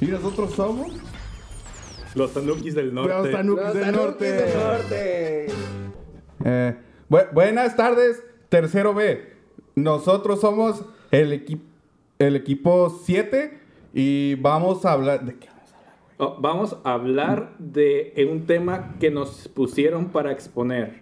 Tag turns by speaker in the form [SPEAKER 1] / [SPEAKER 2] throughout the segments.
[SPEAKER 1] ¿Y nosotros somos?
[SPEAKER 2] Los tanukis del norte.
[SPEAKER 1] Los tanukis
[SPEAKER 3] Los
[SPEAKER 1] del
[SPEAKER 3] Tanuki
[SPEAKER 1] norte.
[SPEAKER 3] del norte.
[SPEAKER 1] Eh, bu- buenas tardes, tercero B. Nosotros somos el, equi- el equipo 7 y vamos a hablar... ¿De qué vamos a hablar?
[SPEAKER 2] Oh, vamos a hablar de un tema que nos pusieron para exponer.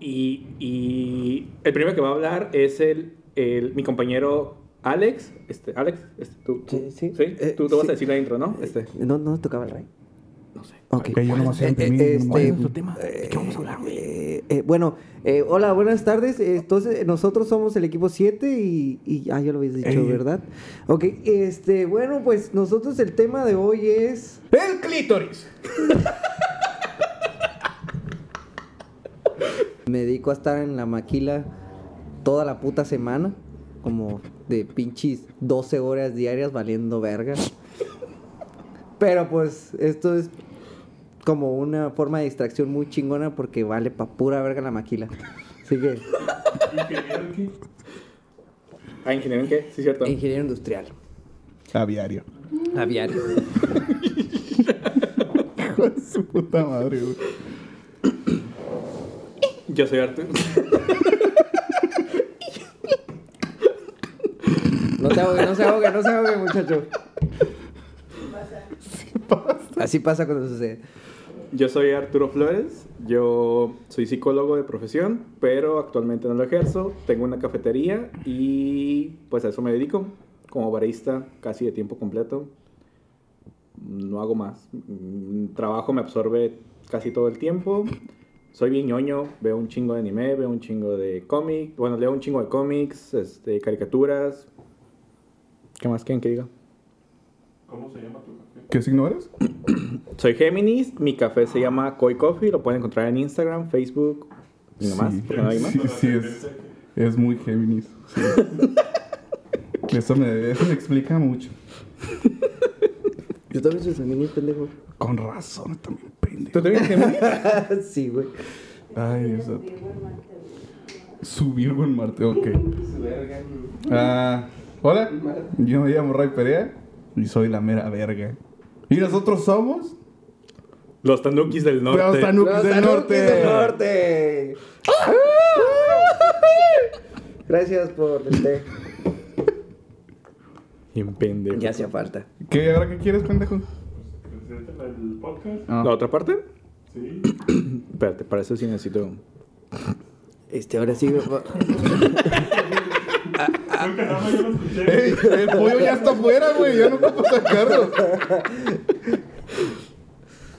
[SPEAKER 2] Y, y el primero que va a hablar es el, el- mi compañero Alex. Este, Alex, este, tú, tú-
[SPEAKER 3] Sí, sí. Eh,
[SPEAKER 2] tú, tú vas
[SPEAKER 3] sí. Eh,
[SPEAKER 2] a decir la intro, ¿no? Este,
[SPEAKER 3] No, no tocaba el rey.
[SPEAKER 2] no sé.
[SPEAKER 3] Ok.
[SPEAKER 1] yo nomás sé
[SPEAKER 3] Eh,
[SPEAKER 1] imprimir,
[SPEAKER 3] eh,
[SPEAKER 1] yo nomás-
[SPEAKER 3] este,
[SPEAKER 1] ¿Cuál es tu
[SPEAKER 3] eh, eh, eh, bueno, eh, hola, buenas tardes. Entonces, nosotros somos el equipo 7 y, y ah, ya lo habéis dicho,
[SPEAKER 1] Ey.
[SPEAKER 3] ¿verdad? Ok, este, bueno, pues nosotros el tema de hoy es.
[SPEAKER 1] El clítoris.
[SPEAKER 3] Me dedico a estar en la maquila toda la puta semana, como de pinches 12 horas diarias valiendo verga. Pero pues esto es como una forma de distracción muy chingona porque vale pa' pura verga la maquila. Así que,
[SPEAKER 2] Ah, ingeniero en qué? Sí, cierto.
[SPEAKER 3] ingeniero industrial,
[SPEAKER 1] Aviario.
[SPEAKER 3] aviario.
[SPEAKER 1] Hijo de su puta madre, güey.
[SPEAKER 2] Yo soy Arturo.
[SPEAKER 3] No se ahogue, no se ahogue, no se ahogue, muchacho. Así pasa cuando sucede.
[SPEAKER 2] Yo soy Arturo Flores. Yo soy psicólogo de profesión, pero actualmente no lo ejerzo. Tengo una cafetería y pues a eso me dedico. Como barista casi de tiempo completo. No hago más. Mm, Trabajo me absorbe casi todo el tiempo. Soy bien ñoño, veo un chingo de anime, veo un chingo de cómics. Bueno, leo un chingo de cómics, este, caricaturas. ¿Qué más quieren que diga?
[SPEAKER 1] ¿Qué signo eres?
[SPEAKER 2] Soy Géminis, mi café se llama Koi Coffee, lo pueden encontrar en Instagram, Facebook y nomás,
[SPEAKER 1] sí,
[SPEAKER 2] porque no hay más.
[SPEAKER 1] sí, sí, es, es muy Géminis. sí. Eso, me, eso me explica mucho.
[SPEAKER 3] Yo también soy feminista, pendejo.
[SPEAKER 1] Con razón, también pendejo.
[SPEAKER 2] ¿Tú también Géminis?
[SPEAKER 3] sí, güey.
[SPEAKER 1] Ay, eso. Su Virgo en Marte, ok. Ah, hola, yo me llamo Ray Perea y soy la mera verga. ¿Y nosotros somos?
[SPEAKER 2] Los tanukis del norte.
[SPEAKER 1] Los tanukis
[SPEAKER 3] Los
[SPEAKER 1] del
[SPEAKER 3] Tanukis
[SPEAKER 1] norte. ¡Ah!
[SPEAKER 3] del norte. Gracias por el té.
[SPEAKER 2] Bien pendejo.
[SPEAKER 3] Ya hacía falta.
[SPEAKER 1] ¿Qué? ¿Ahora qué quieres, pendejo?
[SPEAKER 4] el podcast?
[SPEAKER 1] Ah.
[SPEAKER 2] ¿La otra parte?
[SPEAKER 4] Sí.
[SPEAKER 2] Espérate, para eso sí necesito...
[SPEAKER 3] Este, ahora sí. va-
[SPEAKER 4] Nunca nada más yo lo escuché.
[SPEAKER 1] ¡Ey! El pollo ya está afuera, güey. Ya no puedo sacarlo.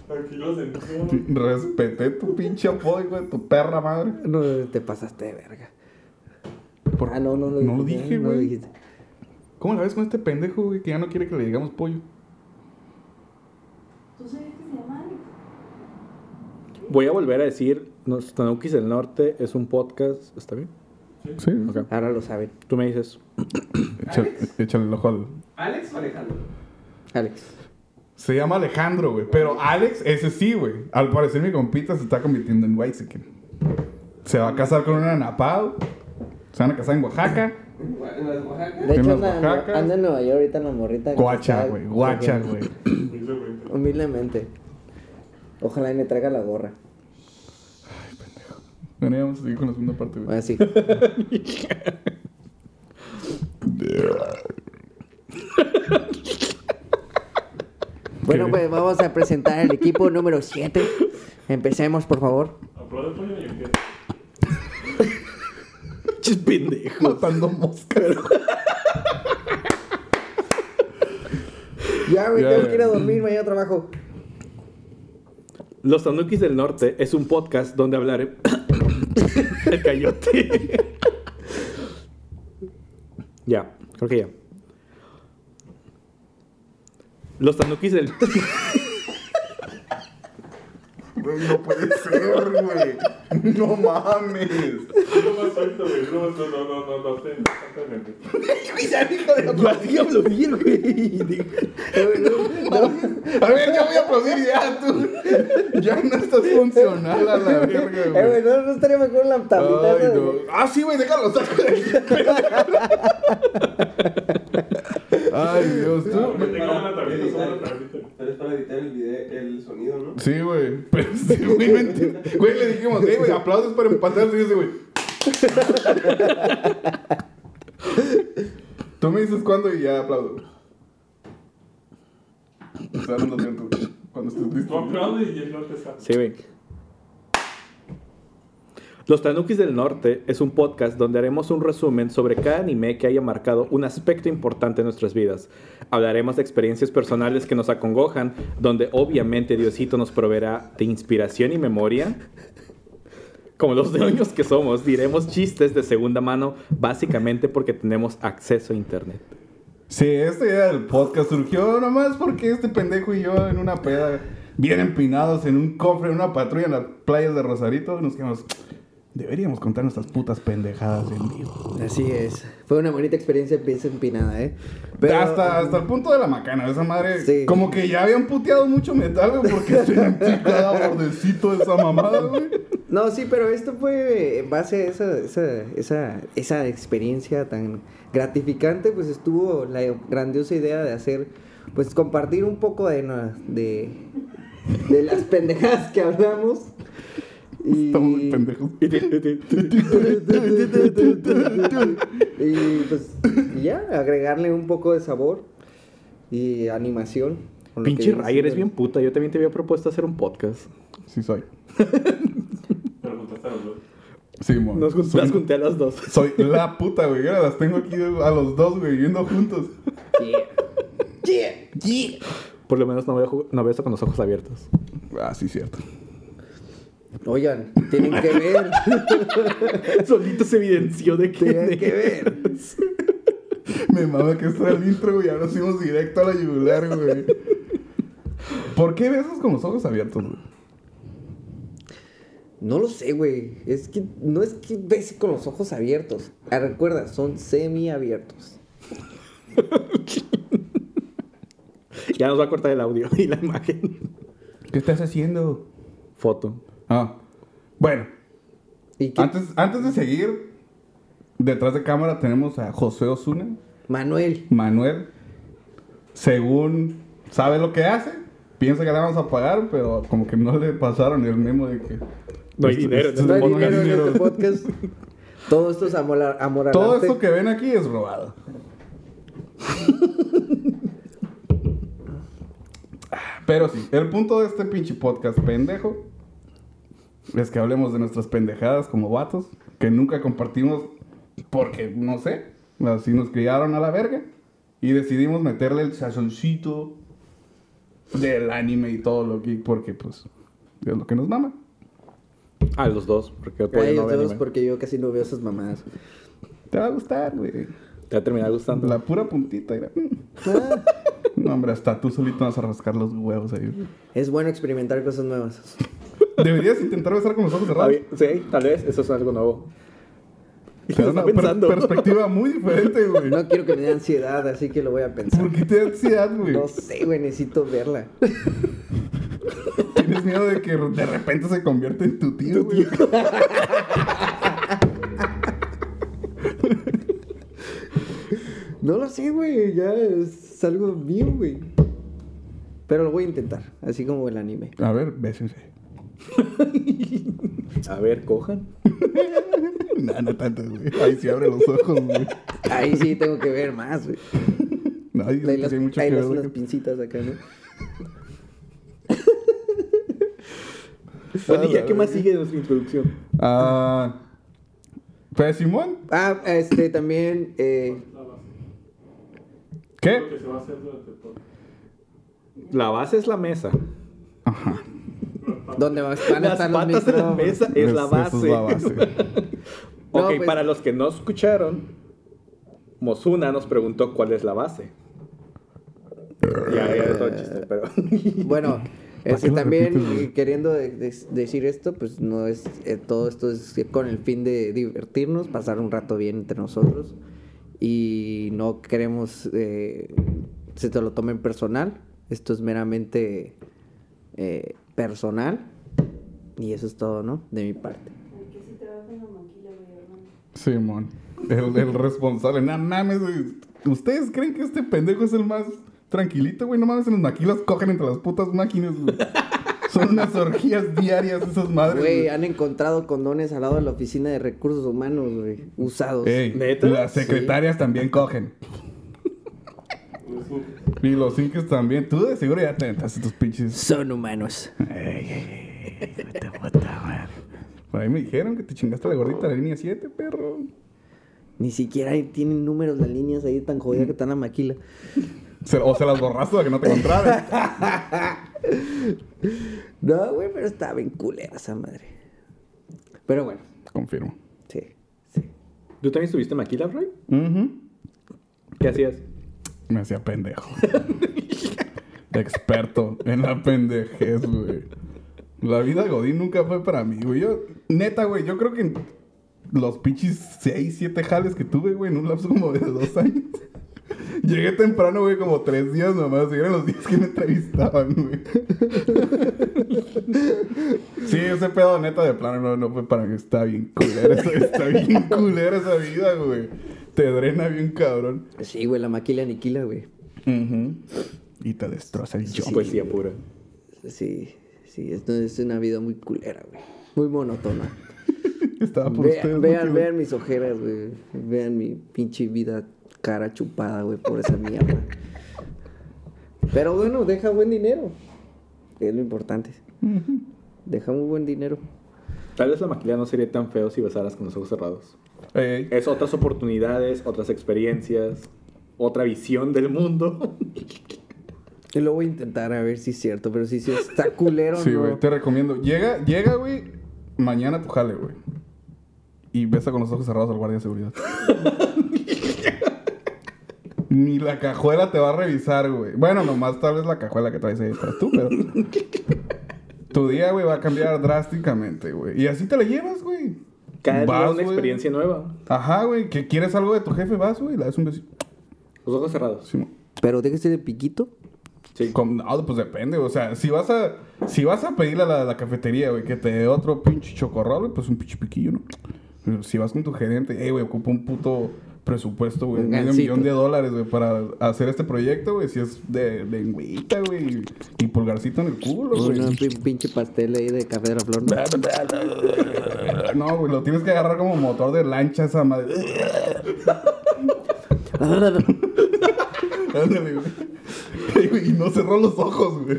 [SPEAKER 4] Aquí lo sentí.
[SPEAKER 1] Respeté tu pinche apodo, güey. Tu perra madre.
[SPEAKER 3] No, te pasaste de verga.
[SPEAKER 1] Por-
[SPEAKER 3] Ah, no, no lo
[SPEAKER 1] No lo
[SPEAKER 3] dijiste,
[SPEAKER 1] dije,
[SPEAKER 3] no lo
[SPEAKER 1] güey.
[SPEAKER 3] dijiste.
[SPEAKER 1] ¿Cómo la ves con este pendejo, güey? Que ya no quiere que le digamos pollo.
[SPEAKER 5] ¿Tú sabías que se llama Alex?
[SPEAKER 2] Voy a volver a decir, los tanukis del norte es un podcast, ¿está bien?
[SPEAKER 1] Sí.
[SPEAKER 2] Ok.
[SPEAKER 3] Ahora lo saben.
[SPEAKER 2] Tú me dices,
[SPEAKER 1] Échale, échale el ojo al.
[SPEAKER 6] ¿Alex o Alejandro?
[SPEAKER 3] Alex.
[SPEAKER 1] Se llama Alejandro, güey. Pero Alex, ese sí, güey. Al parecer mi compita se está convirtiendo en Weizsäcker. Se va a casar con una Napao. Se van a casar en Oaxaca.
[SPEAKER 6] ¿En las Oaxaca?
[SPEAKER 3] De
[SPEAKER 1] En
[SPEAKER 3] hecho,
[SPEAKER 1] las
[SPEAKER 3] anda,
[SPEAKER 1] Oaxacas.
[SPEAKER 3] anda en Nueva York ahorita en la morrita. que
[SPEAKER 1] Guacha,
[SPEAKER 3] está-
[SPEAKER 1] güey. Guacha, güey.
[SPEAKER 4] Humildemente.
[SPEAKER 3] Humildemente. Ojalá y me traiga la gorra.
[SPEAKER 1] Bueno, ya vamos a seguir con la segunda parte, güey.
[SPEAKER 3] Así. bueno, pues vamos a presentar el equipo número 7. Empecemos, por favor.
[SPEAKER 4] Aplaude por el que-
[SPEAKER 2] chis pendejo.
[SPEAKER 1] Matando moscas.
[SPEAKER 3] Ya, güey,
[SPEAKER 1] Ya,
[SPEAKER 3] tengo
[SPEAKER 1] güey.
[SPEAKER 3] que ir a dormir, mañana trabajo.
[SPEAKER 2] Los Tanukis del Norte es un podcast donde hablaré. El coyote. ya, creo que ya. Los Tanukis del.
[SPEAKER 1] No puede ser, güey. No mames.
[SPEAKER 4] Es lo más alto, güey, es lo más- No, no, no, no, no, te- exactamente.
[SPEAKER 3] Eh, güey, no,
[SPEAKER 1] A ver, yo voy a aplaudir ya, tú. Ya no estás funcional a la verga,
[SPEAKER 3] eh, güey,
[SPEAKER 1] güey.
[SPEAKER 3] no, no estaría mejor la tablita.
[SPEAKER 1] Ay,
[SPEAKER 3] esa de-
[SPEAKER 1] no. Ah, sí, güey, déjalo. saca de aquí. Ay, Dios, tú.
[SPEAKER 4] Me tengo una tablita,
[SPEAKER 6] editar-
[SPEAKER 4] solo una tablita.
[SPEAKER 6] Pero es para editar el video, el sonido, ¿no?
[SPEAKER 1] Sí, güey. Pero este güey no entiende. Güey, le dijimos, hey, güey, aplausos para empatar. Y ese güey. Tú me dices cuándo y ya aplaudo. O sea, no lo siento. Cuando estés
[SPEAKER 4] Tú
[SPEAKER 1] listo.
[SPEAKER 4] aplaudes y él no te sabe.
[SPEAKER 2] Sí, güey. Los Tanukis del Norte es un podcast donde haremos un resumen sobre cada anime que haya marcado un aspecto importante en nuestras vidas. Hablaremos de experiencias personales que nos acongojan, donde obviamente Diosito nos proveerá de inspiración y memoria. Como los dueños que somos, diremos chistes de segunda mano, básicamente porque tenemos acceso a internet.
[SPEAKER 1] Sí, esta idea del podcast surgió nomás porque este pendejo y yo en una peda, bien empinados en un cofre, en una patrulla en las playas de Rosarito, nos quedamos. Deberíamos contar nuestras putas pendejadas en vivo.
[SPEAKER 3] Así es. Fue una bonita experiencia bien empinada, ¿eh? Pero-
[SPEAKER 1] hasta, hasta el punto de la macana, esa madre.
[SPEAKER 3] Sí.
[SPEAKER 1] Como que ya habían puteado mucho metal, güey, porque se cada bordecito de esa mamada, güey.
[SPEAKER 3] No, sí, pero esto fue en base a esa, esa, esa, esa experiencia tan gratificante, pues estuvo la grandiosa idea de hacer, pues compartir un poco de, no- de, de las pendejadas que hablamos. Y,
[SPEAKER 1] Estamos muy pendejos.
[SPEAKER 3] y pues y ya, agregarle un poco de sabor y animación. con lo que
[SPEAKER 2] Pinche
[SPEAKER 3] viene
[SPEAKER 2] Ray, eres
[SPEAKER 3] siendo
[SPEAKER 2] bien puta. Yo también te había propuesto hacer un podcast.
[SPEAKER 1] Sí, soy.
[SPEAKER 4] Pero contaste a los dos.
[SPEAKER 1] Sí, mon.
[SPEAKER 2] Nos jun-
[SPEAKER 1] soy,
[SPEAKER 2] las junté a las dos.
[SPEAKER 1] soy la puta, güey. Yo las tengo aquí a los dos, güey, viviendo juntos.
[SPEAKER 2] Por lo menos no veo, ju- no veo esto con los ojos abiertos.
[SPEAKER 1] Ah, sí, cierto.
[SPEAKER 3] el- Oigan, tienen que ver.
[SPEAKER 2] Solito se evidenció de que.
[SPEAKER 3] tienen que ver.
[SPEAKER 1] Me mama que esto era el intro, güey. Ahora sí vamos directo a la yugular, güey. ¿Por qué besas con los ojos abiertos, güey?
[SPEAKER 3] No lo sé, güey. Es que no es que ves con los ojos abiertos. Ah, recuerda, son semiabiertos.
[SPEAKER 2] Ya nos va a cortar el audio y la imagen.
[SPEAKER 1] ¿Qué estás haciendo?
[SPEAKER 2] Foto.
[SPEAKER 1] Ah. Bueno,
[SPEAKER 3] ¿Y qué?
[SPEAKER 1] antes, antes de seguir, detrás de cámara tenemos a José Osuna,
[SPEAKER 3] Manuel.
[SPEAKER 1] Manuel. Según sabe lo que hace, piensa que le vamos a pagar, pero como que no le pasaron el memo de que.
[SPEAKER 2] No hay
[SPEAKER 1] Esto-
[SPEAKER 2] dinero en
[SPEAKER 1] esto-
[SPEAKER 3] No hay
[SPEAKER 2] este
[SPEAKER 1] no hay
[SPEAKER 3] dinero en
[SPEAKER 1] dinero.
[SPEAKER 3] este podcast. Todo esto es amor, a- amor al
[SPEAKER 1] Todo
[SPEAKER 3] arte.
[SPEAKER 1] esto que ven aquí es robado. Pero sí, el punto de este pinche podcast pendejo es que hablemos de nuestras pendejadas como vatos, que nunca compartimos porque, no sé, así nos criaron a la verga y decidimos meterle el sazoncito del anime y todo lo que, porque pues es lo que nos mama.
[SPEAKER 2] Ah, los dos. Porque
[SPEAKER 3] A
[SPEAKER 2] pues, yo no
[SPEAKER 3] ellos
[SPEAKER 2] veo
[SPEAKER 3] dos,
[SPEAKER 2] anime.
[SPEAKER 3] porque yo casi no veo esas mamadas.
[SPEAKER 1] Te va a gustar, güey.
[SPEAKER 2] Te va a terminar gustando.
[SPEAKER 1] La pura puntita. mira.
[SPEAKER 3] Ah,
[SPEAKER 1] No, hombre, hasta tú solito vas a rascar los huevos ahí.
[SPEAKER 3] es bueno experimentar cosas nuevas.
[SPEAKER 1] Deberías intentar besar con los ojos
[SPEAKER 2] Ah,
[SPEAKER 1] cerrados.
[SPEAKER 2] bien, Sí, tal vez. Eso es algo nuevo. Y
[SPEAKER 1] Te da
[SPEAKER 2] lo está
[SPEAKER 1] una per-
[SPEAKER 2] pensando.
[SPEAKER 1] perspectiva muy diferente, güey.
[SPEAKER 3] No quiero que me dé ansiedad, así que lo voy a pensar.
[SPEAKER 1] ¿Por qué te da ansiedad, güey?
[SPEAKER 3] No sé, güey, necesito verla.
[SPEAKER 1] Tienes miedo de que de repente se convierta en tu tío, güey.
[SPEAKER 3] No lo sé, güey, ya es algo mío, güey. Pero lo voy a intentar, así como el anime.
[SPEAKER 1] A ver, bésense.
[SPEAKER 2] A ver, cojan.
[SPEAKER 1] No, no tanto, güey. Ahí sí abre los ojos, güey.
[SPEAKER 3] Ahí sí tengo que ver más, güey.
[SPEAKER 1] No, ahí
[SPEAKER 3] Ahí
[SPEAKER 1] sí
[SPEAKER 3] las,
[SPEAKER 1] hay mucho
[SPEAKER 3] ahí
[SPEAKER 1] que ver.
[SPEAKER 3] las-
[SPEAKER 1] güey.
[SPEAKER 3] las pincitas acá, ¿no?
[SPEAKER 2] Bueno, ¿y
[SPEAKER 1] la
[SPEAKER 2] ya qué más
[SPEAKER 1] verga.
[SPEAKER 2] sigue de nuestra introducción?
[SPEAKER 1] Ah. Pues Simón,
[SPEAKER 3] Ah, este también. eh,
[SPEAKER 4] La base. Lo
[SPEAKER 1] ¿qué?
[SPEAKER 4] que se va a hacer durante todo.
[SPEAKER 2] La base es la mesa.
[SPEAKER 1] Ajá.
[SPEAKER 3] donde vas- van a
[SPEAKER 2] Las
[SPEAKER 3] estar los
[SPEAKER 2] patas de la
[SPEAKER 3] micrófonos.
[SPEAKER 2] mesa es la
[SPEAKER 1] Pues,
[SPEAKER 2] base.
[SPEAKER 1] eso es la base.
[SPEAKER 2] Ok,
[SPEAKER 3] No, pues-
[SPEAKER 2] para los que no escucharon, Mozuna nos preguntó cuál es la base. ya, ya, todo el chiste, pero.
[SPEAKER 3] Bueno,
[SPEAKER 1] ¿Para
[SPEAKER 3] este,
[SPEAKER 1] qué lo
[SPEAKER 3] también
[SPEAKER 1] repites, güey?
[SPEAKER 3] eh, queriendo de- de- decir esto, pues no es. eh, todo esto es con el fin de divertirnos, pasar un rato bien entre nosotros. Y no queremos. eh, se te lo tomen personal. Esto es meramente. eh, personal. Y eso es todo, ¿no? De mi parte.
[SPEAKER 5] El que sí trabaja en la maquila, güey, hermano.
[SPEAKER 1] Simón. El, el responsable. No mames, güey. ¿Ustedes creen que este pendejo es el más tranquilito, güey? No mames, en los maquilas cogen entre las putas máquinas, güey. Son unas orgías diarias esas madres.
[SPEAKER 3] Güey, han encontrado condones al lado de la oficina de recursos humanos, güey. Usados.
[SPEAKER 1] Ey,
[SPEAKER 2] ¿Neta?
[SPEAKER 1] las secretarias también cogen. Y los inques también. Tú de seguro ya te aventaste tus pinches.
[SPEAKER 3] Son humanos.
[SPEAKER 1] Por ahí me dijeron que te chingaste la gordita de la línea 7, perro.
[SPEAKER 3] Ni siquiera ahí tienen números las líneas ahí tan jodidas que están la maquila.
[SPEAKER 1] Se- o se las borraste para que no te encontraran.
[SPEAKER 3] No, güey, pero estaba bien culera esa madre. Pero bueno,
[SPEAKER 1] Confirmo.
[SPEAKER 3] sí.
[SPEAKER 2] ¿Tú también estuviste en Maquila, Roy?
[SPEAKER 1] Ujú.
[SPEAKER 2] ¿Qué hacías?
[SPEAKER 1] Me hacía pendejo. Experto en la pendejez, güey. La vida Godín nunca fue para mí, güey. Yo, neta, güey, yo creo que en los pinches 6, 7 jales que tuve, güey, en un lapso como de dos años. Llegué temprano, güey, como tres días nomás. Y eran los días que me entrevistaban, güey. Sí, ese pedo neta de plano no, no fue para mí. Está bien culera esa, está bien culera esa vida, güey. Te drena bien cabrón.
[SPEAKER 3] Sí, güey, la maquila aniquila, güey.
[SPEAKER 1] Ujú. Y te destroza el yo.
[SPEAKER 2] Poesía pura.
[SPEAKER 3] Sí, sí, esto es una vida muy culera, güey. Muy monótona.
[SPEAKER 1] Estaba Ah, por
[SPEAKER 3] Ve-
[SPEAKER 1] ustedes. ¿no,
[SPEAKER 3] vean,
[SPEAKER 1] chicos?
[SPEAKER 3] vean mis ojeras, güey. Vean mi pinche vida cara chupada, güey, por esa mierda. Pero bueno, deja buen dinero. Es lo importante. Deja muy buen dinero.
[SPEAKER 2] Tal vez la maquila no sería tan feo si besaras con los ojos cerrados.
[SPEAKER 1] Ey,
[SPEAKER 2] Es otras oportunidades, otras experiencias, otra visión del mundo.
[SPEAKER 3] Y lo voy a intentar a ver si es cierto, pero si, si está culero,
[SPEAKER 1] sí,
[SPEAKER 3] no.
[SPEAKER 1] güey, te recomiendo. Llega, llega, güey, mañana a tu jale, güey. Y besa con los ojos cerrados al guardia de seguridad. Ni la cajuela te va a revisar, güey. Bueno, nomás tal vez la cajuela que traes ahí detrás tú, pero... tu día, güey, va a cambiar drásticamente, güey. Y así te la llevas, güey.
[SPEAKER 2] Cada día
[SPEAKER 1] Vas,
[SPEAKER 2] una
[SPEAKER 1] güey.
[SPEAKER 2] experiencia nueva.
[SPEAKER 1] Ajá, güey. Que quieres algo de tu jefe, vas, güey. Le das un besito.
[SPEAKER 2] Los ojos cerrados.
[SPEAKER 1] Simón.
[SPEAKER 3] Pero déjese de piquito.
[SPEAKER 2] Sí.
[SPEAKER 1] Con- no, pues depende, o sea, si vas a, si vas a pedirle a la, la cafetería, güey, que te dé otro pinche chocorrol, güey, pues un pinche piquillo, ¿no? Pero si vas con tu gerente, eh, güey, ocupa un puto presupuesto, güey,
[SPEAKER 3] Un
[SPEAKER 1] medio
[SPEAKER 3] gancito.
[SPEAKER 1] millón de dólares, güey, para hacer este proyecto, güey, si es de de lengüita, güey, y pulgarcito en el culo,
[SPEAKER 2] Pues,
[SPEAKER 1] güey.
[SPEAKER 3] Un pin- pinche pastel ahí de café de la flor. ¿no?
[SPEAKER 1] No, güey, lo tienes que agarrar como motor de lancha esa madre. Ándale, güey. Ey, güey, Y no cerró los ojos, güey.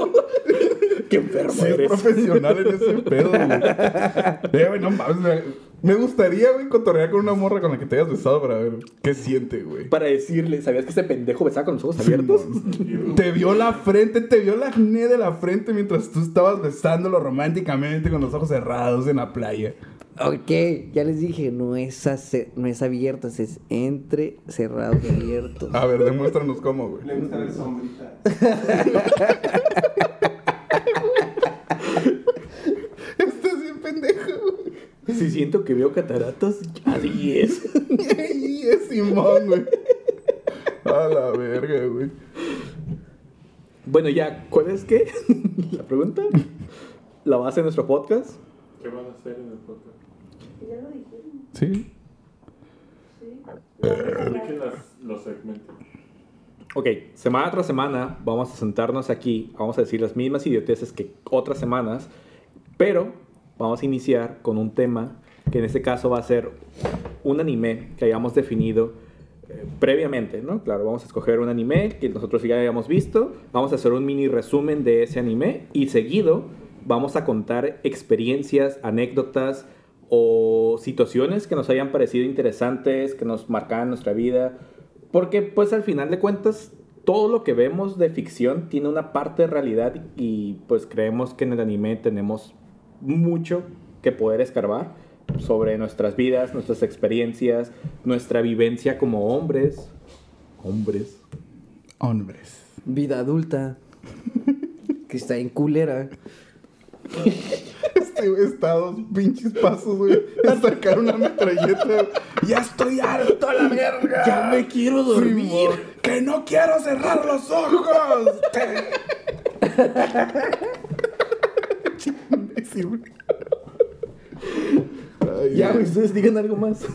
[SPEAKER 2] Qué enfermo
[SPEAKER 1] Sí, es profesional en ese pedo, güey. Eh, güey, no mames, me- Me gustaría, güey, cotorrear con una morra con la que te hayas besado para ver qué siente, güey.
[SPEAKER 2] Para decirle, ¿sabías que ese pendejo besaba con los ojos abiertos?
[SPEAKER 1] Te vio la frente, te vio la acné de la frente mientras tú estabas besándolo románticamente con los ojos cerrados en la playa.
[SPEAKER 3] Ok, ya les dije, no es, ace- no es abierto, es entre cerrados y abiertos.
[SPEAKER 1] A ver, demuéstranos cómo, güey.
[SPEAKER 6] Le gusta ver sombrita.
[SPEAKER 1] Estás bien pendejo, güey.
[SPEAKER 2] Si siento que veo cataratas, así es.
[SPEAKER 1] Y es Simón, güey. A la verga, güey.
[SPEAKER 2] Bueno, ya, ¿cuál es qué? La pregunta. La base de nuestro podcast.
[SPEAKER 4] ¿Qué van a hacer en el podcast?
[SPEAKER 5] Ya lo dijeron,
[SPEAKER 1] Sí.
[SPEAKER 5] sí.
[SPEAKER 4] Expliquen las- los segmentos.
[SPEAKER 2] Ok, semana tras semana vamos a sentarnos aquí, vamos a decir las mismas idioteces que otras semanas, pero vamos a iniciar con un tema que en este caso va a ser un anime que hayamos definido eh, previamente, ¿no? Claro, vamos a escoger un anime que nosotros ya hayamos visto, vamos a hacer un mini resumen de ese anime y seguido vamos a contar experiencias, anécdotas o situaciones que nos hayan parecido interesantes, que nos marcaban nuestra vida, porque pues al final de cuentas todo lo que vemos de ficción tiene una parte de realidad y pues creemos que en el anime tenemos mucho que poder escarbar sobre nuestras vidas, nuestras experiencias, nuestra vivencia como hombres. Hombres.
[SPEAKER 1] Hombres.
[SPEAKER 3] Vida adulta. Que está en culera.
[SPEAKER 1] Este güey está a dos pinches pasos, güey. A sacar una metralleta. güey. ¡Ya estoy harto a la verga!
[SPEAKER 2] Ya me quiero dormir.
[SPEAKER 1] Simón, ¡Que no quiero cerrar los ojos! Sí, güey. Ay,
[SPEAKER 2] Ya,
[SPEAKER 1] güey.
[SPEAKER 2] güey, ustedes digan algo más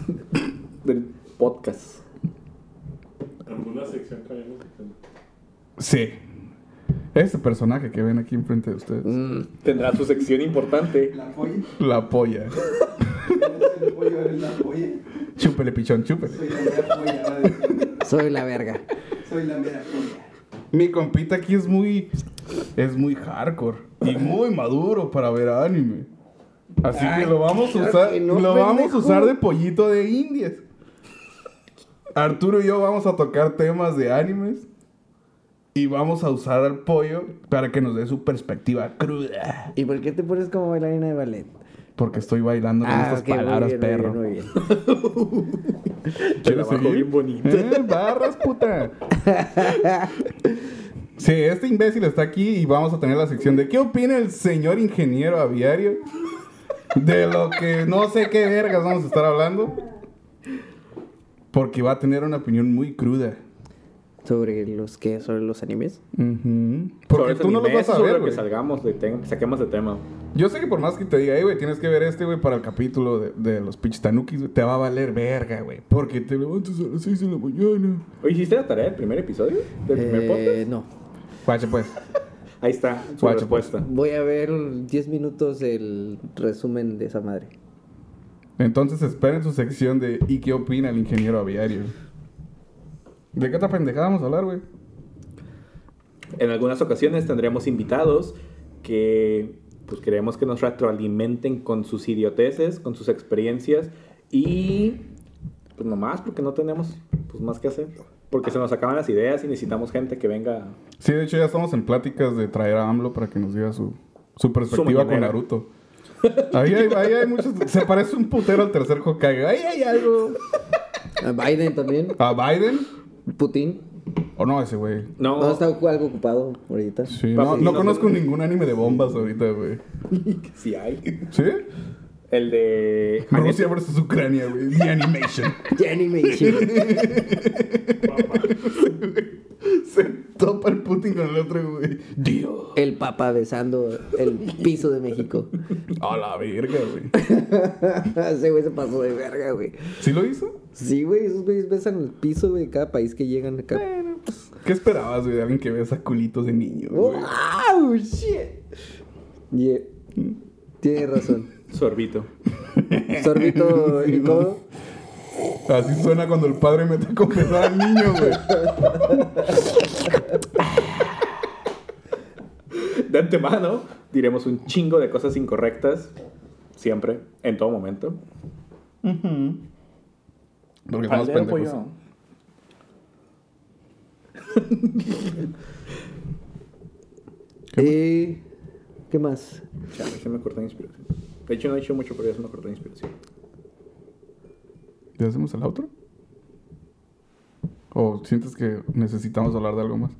[SPEAKER 2] del podcast.
[SPEAKER 4] la sección cambiando de tema.
[SPEAKER 1] Sí. Este personaje que ven aquí enfrente de ustedes.
[SPEAKER 3] Mm,
[SPEAKER 2] Tendrá su sección importante.
[SPEAKER 6] La polla.
[SPEAKER 1] La polla.
[SPEAKER 6] ¿Eres el pollo? ¿Eres la polla?
[SPEAKER 1] Chúpele, pichón, chúpele.
[SPEAKER 6] Soy la mera polla. va a decir.
[SPEAKER 3] soy la verga.
[SPEAKER 6] Soy la mera polla.
[SPEAKER 1] Mi compita aquí es muy. Es muy hardcore. Y muy maduro para ver anime. Así que lo vamos a
[SPEAKER 3] claro
[SPEAKER 1] usar.
[SPEAKER 3] que no,
[SPEAKER 1] lo vamos a
[SPEAKER 3] pendejo.
[SPEAKER 1] usar de pollito de indias. Arturo y yo vamos a tocar temas de animes. Y vamos a usar al pollo para que nos dé su perspectiva cruda.
[SPEAKER 3] ¿Y por qué te pones como bailarina de ballet? Ah,
[SPEAKER 1] Porque estoy bailando con estas
[SPEAKER 3] ok, muy
[SPEAKER 1] palabras,
[SPEAKER 3] bien, muy
[SPEAKER 1] perro.
[SPEAKER 3] bien, muy bien.
[SPEAKER 2] Te la bajó
[SPEAKER 1] seguir?
[SPEAKER 2] bien bonita.
[SPEAKER 1] Eh, barras, puta. Sí, este imbécil está aquí y vamos a tener la sección de ¿Qué opina el señor ingeniero aviario? De lo que no sé qué vergas vamos a estar hablando. Porque va a tener una opinión muy cruda.
[SPEAKER 3] ¿Sobre los qué? ¿Sobre los animes?
[SPEAKER 1] Ujú. Porque
[SPEAKER 2] Sobre
[SPEAKER 1] tú no lo
[SPEAKER 2] animes,
[SPEAKER 1] vas a
[SPEAKER 2] sobre
[SPEAKER 1] ver,
[SPEAKER 2] lo que
[SPEAKER 1] güey.
[SPEAKER 2] salgamos de tema, saquemos de tema.
[SPEAKER 1] Yo sé que por más que te diga, "Ey, güey, tienes que ver este, güey, para el capítulo de, de los pinches tanukis, güey", te va a valer verga, güey. Porque te levantas a las 6 de la mañana.
[SPEAKER 2] Oye, ¿hiciste la tarea del primer episodio? ¿Del primer
[SPEAKER 3] Eh,
[SPEAKER 2] podcast?
[SPEAKER 3] no.
[SPEAKER 1] Guacha, pues.
[SPEAKER 2] Ahí está, su
[SPEAKER 1] Guacho, pues.
[SPEAKER 2] respuesta.
[SPEAKER 3] Voy a ver 10 minutos el resumen de esa madre.
[SPEAKER 1] Entonces esperen su sección de ¿Y qué opina el ingeniero aviario? ¿De qué otra pendejada vamos a hablar, güey?
[SPEAKER 2] En algunas ocasiones tendremos invitados que pues queremos que nos retroalimenten con sus idioteces, con sus experiencias y pues nomás porque no tenemos pues más que hacer, porque se nos acaban las ideas y necesitamos gente que venga.
[SPEAKER 1] Sí, de hecho ya estamos en pláticas de traer a AMLO para que nos diga su, su perspectiva
[SPEAKER 2] Su
[SPEAKER 1] con
[SPEAKER 2] mañanera.
[SPEAKER 1] Naruto. Ahí hay, ahí hay muchos... Se parece un putero al tercer Hokage. Ahí hay algo.
[SPEAKER 3] A Biden también.
[SPEAKER 1] ¿A Biden?
[SPEAKER 3] Putin.
[SPEAKER 1] ¿O no ese, güey?
[SPEAKER 2] No,
[SPEAKER 3] No, está algo ocupado ahorita.
[SPEAKER 1] Sí, no,
[SPEAKER 2] Papi,
[SPEAKER 1] no
[SPEAKER 2] no,
[SPEAKER 1] conozco
[SPEAKER 2] no.
[SPEAKER 1] ningún anime de bombas ahorita, güey.
[SPEAKER 2] sí hay.
[SPEAKER 1] ¿Sí?
[SPEAKER 2] El de
[SPEAKER 1] Rusia versus Ucrania, güey. The Animation.
[SPEAKER 3] Jenny Meichi.
[SPEAKER 1] Se topa el Putin con el otro, güey. Dios.
[SPEAKER 3] El papa besando el piso de México.
[SPEAKER 1] A la verga, güey.
[SPEAKER 3] Ese güey se pasó de verga, güey.
[SPEAKER 1] ¿Sí lo hizo?
[SPEAKER 3] Sí, güey, esos güeyes besan el piso, güey, de cada país que llegan acá.
[SPEAKER 1] ¿Qué esperabas, güey, de alguien que besa culitos de niño, güey?
[SPEAKER 3] ¡Wow! ¡Shit! Yeah. Tiene razón.
[SPEAKER 2] Sorbito.
[SPEAKER 3] Sorbito y todo.
[SPEAKER 1] Así suena cuando el padre mete a confesar al niño, güey.
[SPEAKER 2] De antemano diremos un chingo de cosas incorrectas siempre, en todo momento.
[SPEAKER 1] Porque somos pendejos.
[SPEAKER 3] Eh, ¿Qué más?
[SPEAKER 2] Chale, se me cortó la inspiración. De hecho, no he hecho mucho, pero ya se me cortó la inspiración.
[SPEAKER 1] ¿Le hacemos el otro? ¿O sientes que necesitamos hablar de algo más?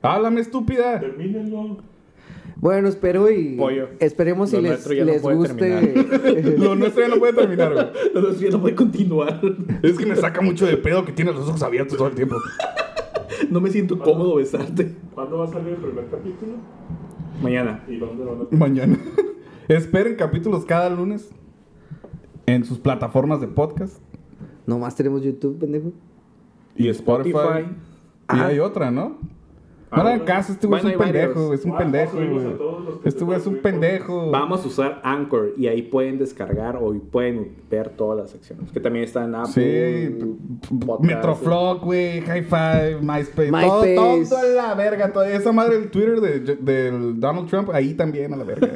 [SPEAKER 1] ¡Háblame, estúpida!
[SPEAKER 4] Termínenlo.
[SPEAKER 3] Bueno, espero y.
[SPEAKER 2] Pollo.
[SPEAKER 3] Esperemos si
[SPEAKER 2] Lo
[SPEAKER 3] les,
[SPEAKER 2] nuestro ya no
[SPEAKER 3] les
[SPEAKER 2] puede
[SPEAKER 3] guste.
[SPEAKER 1] Lo nuestro ya no puede terminar, güey.
[SPEAKER 2] No, no, ya no voy a continuar.
[SPEAKER 1] Es que me saca mucho de pedo que tiene los ojos abiertos todo el tiempo.
[SPEAKER 2] No me siento cómodo besarte.
[SPEAKER 4] ¿Cuándo va a salir el primer capítulo?
[SPEAKER 2] Mañana.
[SPEAKER 4] ¿Y dónde van a
[SPEAKER 1] Mañana. Esperen capítulos cada lunes en sus plataformas de podcast.
[SPEAKER 3] Nomás tenemos YouTube, pendejo.
[SPEAKER 1] Y Spotify.
[SPEAKER 2] Spotify.
[SPEAKER 1] Y
[SPEAKER 3] Ah.
[SPEAKER 1] hay otra, ¿no?
[SPEAKER 2] Ah,
[SPEAKER 1] No le hagan
[SPEAKER 2] bueno.
[SPEAKER 1] caso, este güey es
[SPEAKER 2] Bueno,
[SPEAKER 1] un
[SPEAKER 2] hay
[SPEAKER 1] pendejo,
[SPEAKER 2] varios.
[SPEAKER 1] güey, es un
[SPEAKER 4] Ah,
[SPEAKER 1] pendejo,
[SPEAKER 4] subimos a todos los
[SPEAKER 1] güey.
[SPEAKER 4] que
[SPEAKER 1] Este güey es un
[SPEAKER 4] subimos.
[SPEAKER 1] pendejo.
[SPEAKER 2] Vamos a usar Anchor y ahí pueden descargar o pueden ver todas las secciones. Que también está en Apple.
[SPEAKER 1] Sí, p- p-
[SPEAKER 2] Podcast.
[SPEAKER 1] Metroflog, güey, High Five, MySpace,
[SPEAKER 3] MySpace.
[SPEAKER 1] Todo, todo a la verga, todo. esa madre del Twitter de, del Donald Trump, ahí también a la verga.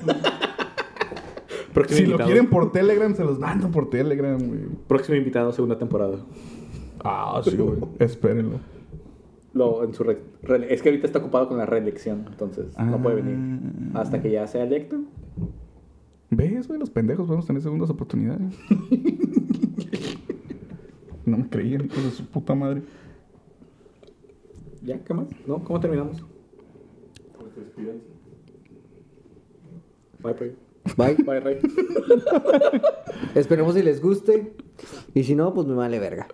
[SPEAKER 2] Próximo
[SPEAKER 1] si lo
[SPEAKER 2] invitado.
[SPEAKER 1] quieren por Telegram, se los mando por Telegram, güey.
[SPEAKER 2] Próximo invitado, segunda temporada.
[SPEAKER 1] Ah, sí, güey, espérenlo.
[SPEAKER 2] Lo, en su re- re- es que ahorita está ocupado con la reelección, entonces no puede venir.
[SPEAKER 1] Ah.
[SPEAKER 2] Hasta que ya sea electo.
[SPEAKER 1] ¿Ves, güey? Los pendejos vamos a tener segundas oportunidades. no me creían, hijos de su puta madre.
[SPEAKER 2] ¿Ya? ¿Qué más? ¿No? ¿Cómo terminamos?
[SPEAKER 4] Pues despídanse.
[SPEAKER 2] Bye, Rey.
[SPEAKER 3] Bye.
[SPEAKER 2] Bye, Rey.
[SPEAKER 3] Esperemos si les guste. Y si no, pues me vale verga.